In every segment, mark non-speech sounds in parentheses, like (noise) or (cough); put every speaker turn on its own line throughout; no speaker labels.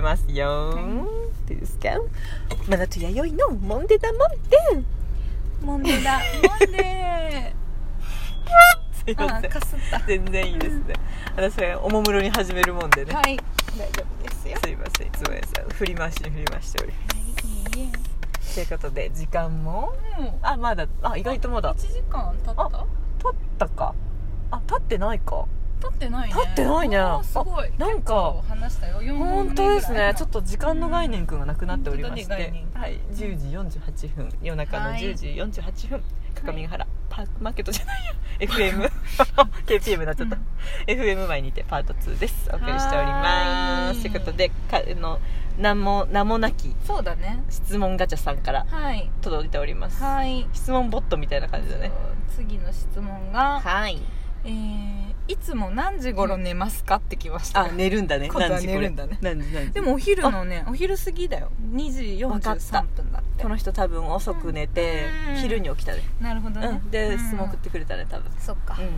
ますよ、
は
どうですかマナと弥生のモンデダモンデ
モンデだモンデ
すい
あ
ません
ーかすった
全然いいですね私はおもむろに始めるもんでね、
はい大丈夫ですよ
すいませんいつもやさ振り回しに振り回しておりま
はいいいえ
すということで時間も
も
あまだあ意外とま
う
だ
1時間経った
経ったかあ経ってないか
経ってないね
経ってないね
あーすごい
なんか
結構話したよ4本
本当ですねちょっ
と
と時間の概念くんがなくなっておりまして、
うん本当だね
はい、10時48分夜中の
はい
10時48分各務原パークマーケットじゃないや (laughs) FM KPM になっちゃった、
うん
FM 前にてパート2ですお送りしております
は
と
ー
い
いう
ことでかあの名も名もなき
そうだね
質問ガチャさんから
はい
届いております
はい
質問ボットみたいな感じだね
次の質問が、
はい
えーいつも何時頃寝ますかってきました
あ寝るんだね
今度は
何時これ
寝るんだね
何時何時
でもお昼のねお昼過ぎだよ2時
わかった
43分だって
この人多分遅く寝て、
うん
昼に起きたね
なるほどね
うん、で、
うん
質問送ってくれたね多分
そっか
うんうん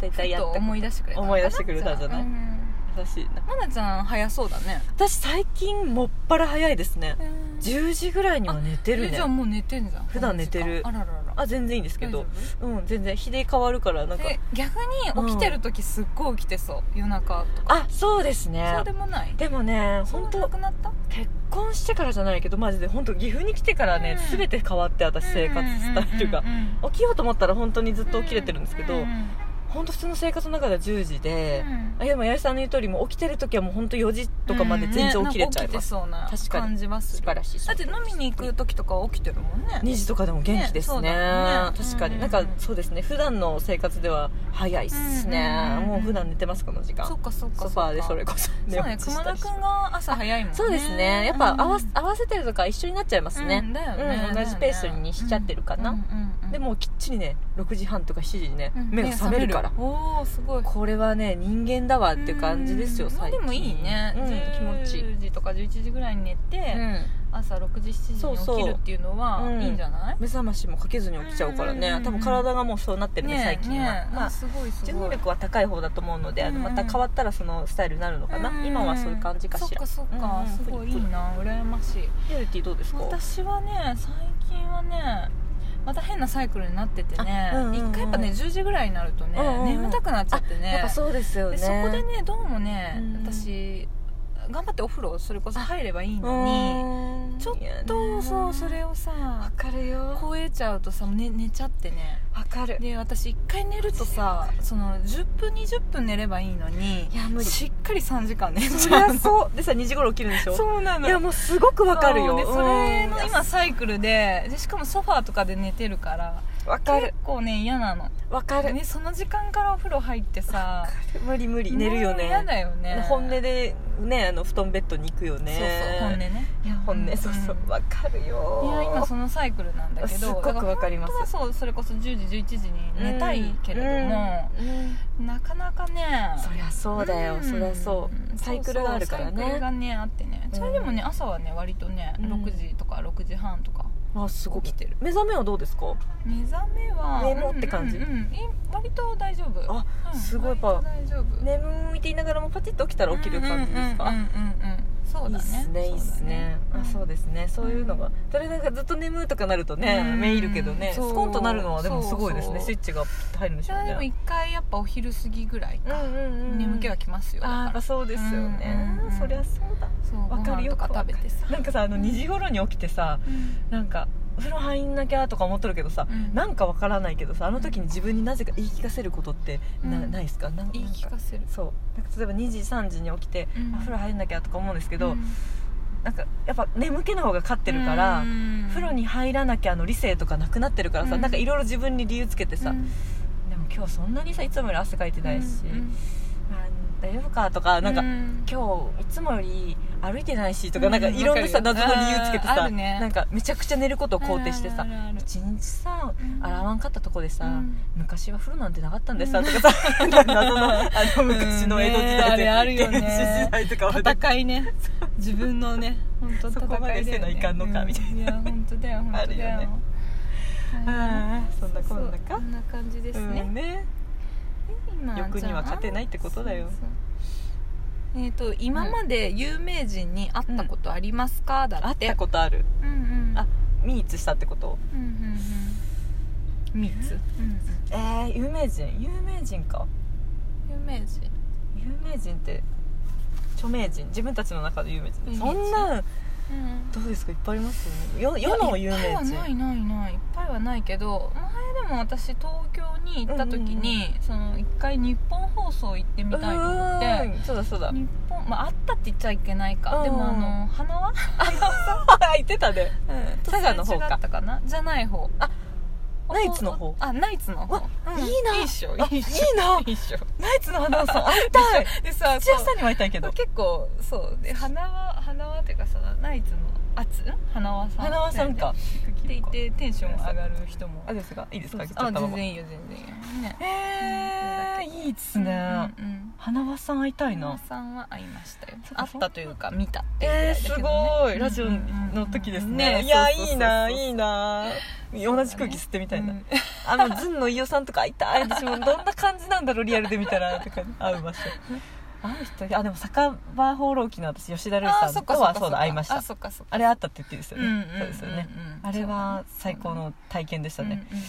大体
ち
や
ょっ
っ
と
て
思い出してくれたのかな
思い出してくれたんじゃない
うん
優しいな
まなちゃん早そうだね
私最近もっぱら早いですね10時ぐらいには寝てる
え
ね
じゃあもう寝てんじゃん
普段寝てる
この時間あらららら
あ全然いいんですけど
大丈
うん全然日で変わるからなんか
え逆に起きてる時すっごい起きてそう夜中とか
あそうですね
そうでもない
でもね本
そうな
当
くなった
結婚してからじゃないけどマジで本当岐阜に来てからね、
うん
全て変わって私生活スタイルが
うんうんうんうん
起きようと思ったら本当にずっと起きれてるんですけど、
うううん
本当普通の生活の中では10時で、
うん
あでも八重さんの言う通りもう起きてる時はもう本当4時とかまで全然起きれちゃい
うんねなんか起きて
ます、
そうな
確かに
感じます
素晴らしい
だって飲みに行く時とかは起きてるもんね
2時とかでも元気ですね
ねそうだね
確かに、
うん
なんかそうですね普段の生活では早いっすね、
うん
もう普段寝てますこの時間
そっかそっかそ
ソ
っか
ファーでそれこそ
そうね
落ちし
熊
た
田
りして
くんが朝早いもんね
そうですねやっぱ合わ,、合わせてるとか一緒になっちゃいます
う
ね
ん、だよ
うん
ね、
同じペースにしちゃってるかな
うんうんうん
でもうきっちりね6時半とか7時にね、
うん
目が覚めるから
おおすごい
これはね人間だわっていう感じですよ
うん
最近
でもいいね、
うん、気持ちいい、
10時とか11時ぐらいに寝て、
うん
朝6時7時
そう
に
そう
起きるっていうのは
うん
いいんじゃない、
目覚ましもかけずに起きちゃうからね、
うんうんうん
多分体がもうそうなってるね
ね
最近は、
ね
まあ
あすごいす
順
ご
能
い
力は高い方だと思うので、あの
うんう
ま
ん
た変わったらそのスタイルになるのかな、
うん
今はそういう感じかしら
そっかそっか、
うんうん
すごいいいな羨ましい
リアリティどうですか
私はね最近はねまた変なサイクルになっててね
あ
一、
うんうんうん
回やっぱね10時ぐらいになるとね、
うんうんうん
眠たくなっちゃってね
やっぱそうですよね
でそこでねどうも
う
ね、
ん
私頑張ってお風呂それこそ入ればいいうのに
ーん
ちょっ
いやね
とそうそれを
わ
さ
かるよわ
超えちゃうとさ、ね、寝ちゃってね
かる
で私一回寝るとさその10分20分寝ればいいのに
いや無理
しっかり3時間寝
そ
ち
り
ゃ
ゃ
うの
そうでさ2時頃起きるんでしょ
そうなの
いやもうすごくわかる
そ
よ
うでそれの今
うん
サイクルででしかもソファーとかで寝てるから
わか
結
る
構ね嫌なの
わかる
ねその時間からお風呂入ってさ
無理無理寝るよ
もう
ね
嫌だよね
本音でねあの布団ベッドに行くよ
そう
ね
そう本音ね
いや本音、
うん
そうそうわかるよ
いや今そのサイクルなんだけど
すっごくわかります
だら本当はそうそれこそ10時11時に寝たいけれども、
うんうん
なかなかね
そりゃそうだよ、
ん
そりゃそうサイクルがあるから
そうそうサイクルが
ね
ねあってねそれでもね朝はね割とね
うん
6時とか6時半とか
あすごい
起きてる
目覚めはどうですか
目覚めは
寝ろって感じ
うんうんうんい割と大丈夫
あ
うん
すごいやっぱ
割と大丈夫
眠いって言いながらもパチッと起きたら起きる感じですか、
うんうんうんうんそう
いい
だ
っす
ね
ねいいっすねあそうですねそういうのがそれなんかずっと眠いとかなるとね
うん
目いるけどねス
そう
コンとなるのはでもすごいです
そう
ね
そう
スイッチが入るんでし
じ
ょ
ゃ
う
あでも
ね
一回やっぱお昼過ぎぐらいか
うんうんうん
眠気はきますよだ
あーやっ
か
ぱ
ら
そうですよね
うんうんうん
そりゃそうだ
そうご
わかる
飯
よ
とか食べてさ
なんかさあの2時頃に起きてさ
うん
なんかお風呂入んなきゃとか思っとるけどさ
うん
なんかわからないけどさあの時に自分になぜか言い聞かせることってな,、
うん
ないですかなん
言い聞
なん
かせる
そうなんか例えば2時3時に起きて、
うん
お風呂入んなきゃとか思うんですけど、
うん
なんかやっぱ眠気の方が勝ってるから、
うん
風呂に入らなきゃの理性とかなくなってるからさ、
うん
なんかいろいろ自分に理由つけてさ、
うん
でも今日そんなにさいつもより汗かいてないし、
うん
まあ大丈夫かとかなんか、
うん
今日いつもより歩いてないしとか、
うん
なんかいろんなさ
わかる
謎
よ
の理由つけて
あー
さ、
あるね
なんかめちゃくちゃ寝ることを肯定してさ
あるあるある
一日さ
うん
洗わんかったとこでさ、
うん
昔は風呂なんてなかったんでさ、
うん
とかさ (laughs) なんか謎のあの昔の江戸時代
うんねあれあるよね
原始時代とかは
戦い (laughs) ね自分のね本当
そこまで
戦いだ
せ
よ
な
ね
いかんのかみたいな
うんいや本当だ (laughs) よ本当だよ
あるよねあーそんなこんな
そうそう
か
こんな感じです
うん
ね
ね
今
欲には勝てないってことだよ
じゃあそうえっと今まで有名人に会ったことありますか、だ
会
っ
ってたことある
うんうん
あミーツしたってこと
うんうんうん三つ、
えー、有名人有名人か
有名人
有名人って著名人自分たちの中で有名人
有名人
そんなん
うん
どうですかいっぱいありますよね世世の有名
いっぱいはない
人
ないないいっぱいはないけど前でも私東京に行った時に、その一回日本放送行ってみたいと思って
うんそうだそうだ
日本まああったって言っちゃいけないか、
うん
でもあの花輪
あ (laughs) 言ってたね佐賀の方か
だったかなじゃない方あ
ナイツの方
あナイツの方
わいいない
いっしょ
あい
いい
い
っしょ
ない
いっしょ
ナイツの花さん会いた (laughs) い
でさ
土屋
そう
さんにも会いたいけど
結構そうで花輪花輪っていうかさナイツのあつ花輪さん
花輪さんか
って言ってテンション上がる人も
あですかいいですかちょっと
あ
頭
全
も
然いいよ全然いいよね
えーいいです
う
ね
んうん
花輪さん会いた
う
い
ん花輪
な
さんは会いましたよ
そっ
会
か
ったというか見たっていうぐ
え
らいだ
ー
け
す
どね
ごいラジオの時です
うんうん
ね
うん
いや
そうそうそ
い
う
いないいな
そう
同じ空気吸ってみたいな
うん
あのずんの飯尾さんとか会いたい私もどんな感じなんだろうリアルで見たらとか会う場所会う人あでも酒場放浪記の私吉田類
あ
さ
ーそっ
ん
か
と
そっ
は
か
そ
そうっか
だ会いました
あそっかそっか
あれあったって言ってですよ
うんうんうん
ね
うん
そうですよね
うん
あれは最高の体験でし
そ
た
うだ
ね
ねうんうんうん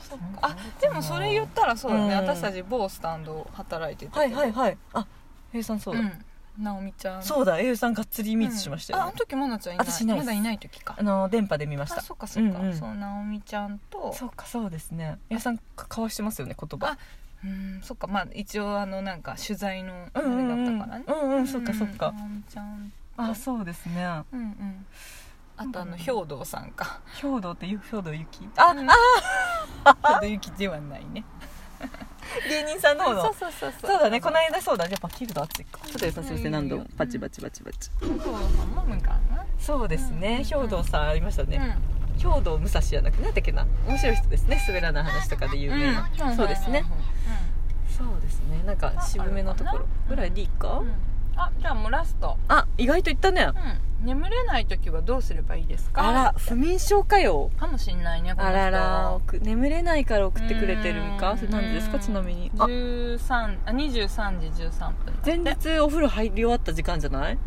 そっか
あでもそれ言ったらそうだね、
うん
私たち某スタンド働いてた
はい
けど
はいはいあゆうさんそうだ、
うん、なおみちゃん
そうだゆうさんがっつりミーツしましたよ、
うんああの時まなちゃんいない
私いないです
まだいない時か
あの電波で見ました
あそっかそっか、
うんうん
そうなおみちゃんと
そうかそうですねゆうさんか交わしてますよね言葉
あうんそっかまあ一応あのなんか取材のあ
う
れだ
んうんう
っ
ん
たからね
うんうんそっかそっか
なおみちゃん
あそうですね
うんうんあとあの兵道さんか
兵道ってゆ兵道ゆき
あ、うん、あ兵道ゆきではないね
芸人さんの方の
そうそうそうそ
(laughs)
う
そうだねこの間そうだやっぱ切ると熱いかちょっと優しくして何度も
うん
バチバチバチバチ
兵道さんも向かうな
そうですね
うん
兵道さんありましたね兵道武蔵じゃなくてなんだっけな面白い人ですね滑らない話とかで有
うん
名なそうですね
う
そうですねなんか渋めのところぐらいでいいか、
んうんあじゃあもうラスト
あ意外といったね、
うん眠れない時はどうすればいいですか
あら不眠症かよ
かもしんないねこの
あ
人
らら送眠れないから送ってくれてるん
う
か
ん
それ何時ですかちなみにあ
13あ23時13分
前日お風呂入り終わった時間じゃない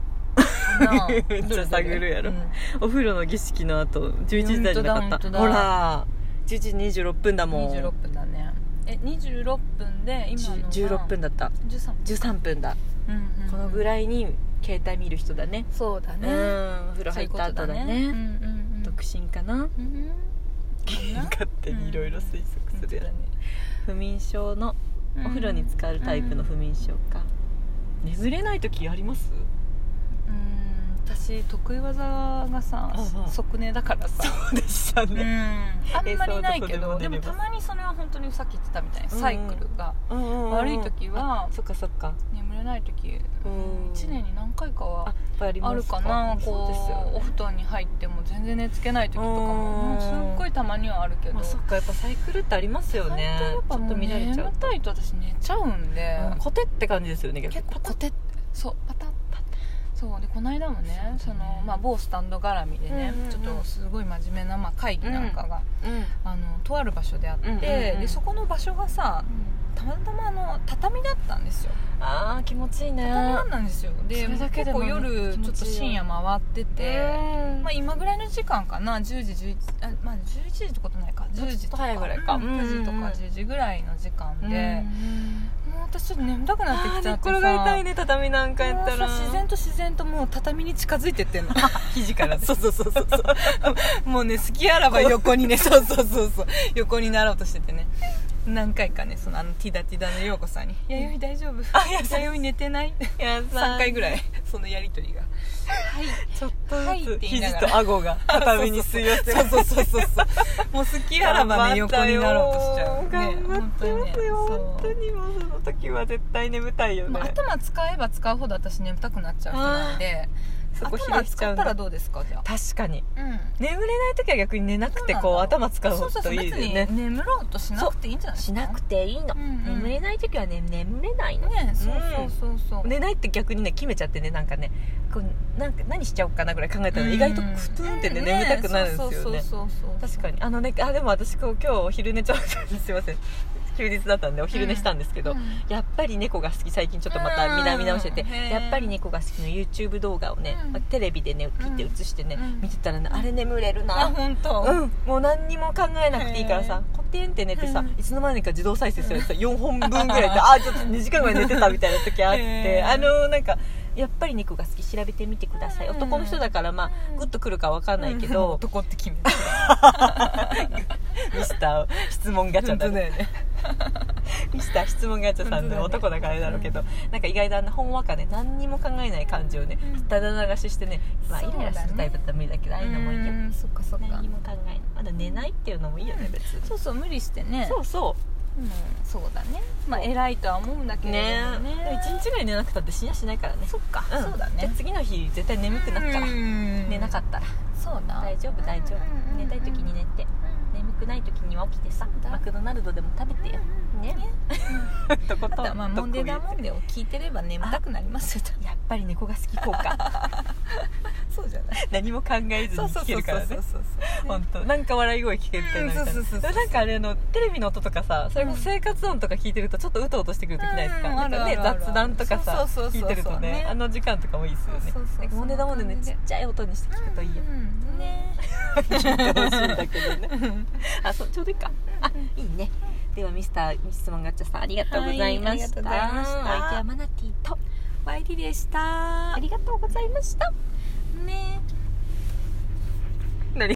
な
めっ (laughs) ちゃ
どれどれ
探るやろ
うん
お風呂の儀式の後11時台じゃなかっ
本当
た
だ
ほら11時26分だもん
26分だねえ26分で今のが
16分だった
13分
13分だ、
うんうん
このぐらいに携帯見る人だね
そうだ
う
ね
んお風呂
そう
入
いう
っ
こ
た
と
後だね
うんうん
独身かな
うんうん
勝手にいろいろ推測するや
うん
ん不眠症の
うん
お風呂に浸かるタイプの不眠症か、眠れない時あります
うん私得意技がさ
うんうん
即寝だからさ
そうでした
うん、あんまりないけ
え
ど
そうどこ
で
でも出れます
もたまにそれは本当にさっき言ってたみたいにサイクルが悪
悪
い時は
そっかそっか
眠れない時
うん
1年に何回か
あ
は
ぱいあります
あるかなこうお布団に入っても全然寝つけない時とかも
うん
もうすっごいたまにはあるけど
まあ、そっかやっぱサイクルってありますよね
本当やっぱもう
ちょっと乱れちゃ
眠
う
たいと私寝ちゃうんで、
うんコテって感じですよね
結構コテってそうパタッパタッそうでこの間もねその、まあ、某スタンド絡みでね、
うんうんうん
ちょっとすごい真面目な、まあ、会議なんかが、あのとある場所であって、
うんうんうん
でそこの場所がさたまたまあの畳だったんですよ
ああ気持ちいいね
畳だったんですよで
それだけ
結
でも
構
ね
夜
気
ちょ
持
っ
ちい
と
いよ
深夜回ってて、
え
まあ、今ぐらいの時間かな10時11あ、まあ、11時ってことないか10時
ちょっと
とか
早いぐらいか
うん
うんうんうん
9時とか10時ぐらいの時間で、
うん
もう私ちょっと眠たくなって
あ
き
ー
ち
寝
ゃ
っ
って
転
さ
がりたいね畳なんかやった
も
ら
うさ自然と自然ともう畳に近づいてってんの
肘から (laughs) そうそうそうそう
(laughs) もうね隙あらば
(laughs)
横にねそうそうそうそう横になろうとしててね何回かねそのあのティダティダの陽子さんに「弥生大丈夫
あや (laughs) さ
弥生寝てない?」
いや
3回ぐら
い
いそのやり取りがはい
ちょっと
はいっ
ずつ
て言いな
肘
がら
と顎
(laughs)
が畳に吸い寄せ
そうそうそうそう
(laughs)
そうもう好きあらばね
頑
横
張った
に
よ
なろうとしちゃうね
頑張ってますよ本当
そう
にもうその時は絶対眠たいよ
もう
ね
頭使えば使うほど私眠たくなっちゃう人なんで
そこ
頭
広しち
使
ゃ
っ
うん
たら
だ
どうですかじゃあ
確かに
うん
眠れない時は逆に寝なくて
そう
こう
なんだ
頭使う
そうそうそ
と
う
いい
別
よ
に
ね
眠ろうとしなくていいんじゃないですか
ていいの
うんうん
ない時はね眠れない
ねそうそうそうそう、
寝ないって逆にね決めちゃってねなんかねこうなんか何しちゃおうかなぐらい考えたら
うん
意外とふつんってね
うん
眠たくなるんですよね
そうそうそうそう (laughs)
確かにあのねあでも私こう今日お昼寝ちゃったんですいません休日だったんでお昼寝したんですけど、
うん
やっぱり猫が好き最近ちょっとまた見な見直してて、
うんへー
やっぱり猫が好きの YouTube 動画をね、
うん
まあテレビでねピッて映してね、
うん
見てたらねあれ眠れるな、
あ本当、
うん、もう何にも考えなくていいからさ
へ
コテンって寝てさ、
うん
いつの間にか自動再生されてさ4本分ぐらいで
あー
ああちょっと2時間ぐらい寝てたみたいな時あっ
へ
て
ー
あのなんかやっぱり猫が好き調べてみてください
うん
男の人だからまあグッとくるかわかんないけ
うん
ど、
男って決めた
(laughs) ミスター質問ガチャだね
ね
ミスター質問ガチャさんの
本当だね
男だからあれだろうけど、なんか意外とあんなほんわかね何にも考えない感じをね
うん
ただ流ししてね、まあ、イ
そうだ
ラ
ね
イラするタイプだったら無理だけどああいうのもいいよ
うんそっかそっか
何にも考えないまだ寝ないっていうのもいいよね別に、
そうそう無理してね
そうそう
うんそうだねまあ偉いとは思うんだけれど
ね
もね
え1日ぐらい寝なくたって死にはしないからねそっか、ん、
そうだね
じゃあ次の日絶対眠くなっから、
うん
寝なかったら
そうな
大丈夫大丈
うんうん
夫
う
寝
ん
たい時に寝て眠くない時には起きてさ
そうだ
マクドナルドでも食べてよ (laughs) ねとこ
あと
と
はまあモンデーダーモン
で
デーを聞いてれば眠たくなりますよ多分
やっぱり猫が好き効果
そうじゃない
(laughs) 何も考えず
そ
に
うそう
聞け
そう
るか
そう
ら
そ
ね
うそう
(laughs) 本当なんか笑い声聞けるみたいなみたいな
うんそうそうそうそう
なんかあれあのテレビの音とかさそれも生活音とか聞いてるとちょっとうとうとしてくる時ないですか,、
うん
なんかね
あるあるある
雑談とかさ
そうそうそ
聞
うそう
いてるとね
ね
あの時間とかもいいですよね
そうそうそう
なんかモネダモネね
そ
ち
んな感じ
っ
で
ちゃい音にして聞くといいよ、
うんね
聞いてほしいんだけどねあそうちょうどいいかあいいねではミスター質問ガッチャさんありがとうございました、
はいありがとうございました
お相手はマナティと
ワイリでした
ありがとうございました
ね